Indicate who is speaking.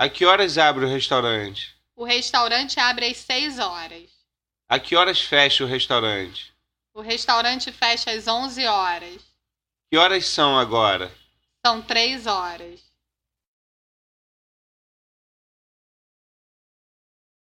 Speaker 1: A que horas abre o restaurante?
Speaker 2: O restaurante abre às 6 horas.
Speaker 1: A que horas fecha o restaurante?
Speaker 2: O restaurante fecha às 11 horas.
Speaker 1: Que horas são agora?
Speaker 2: São 3 horas.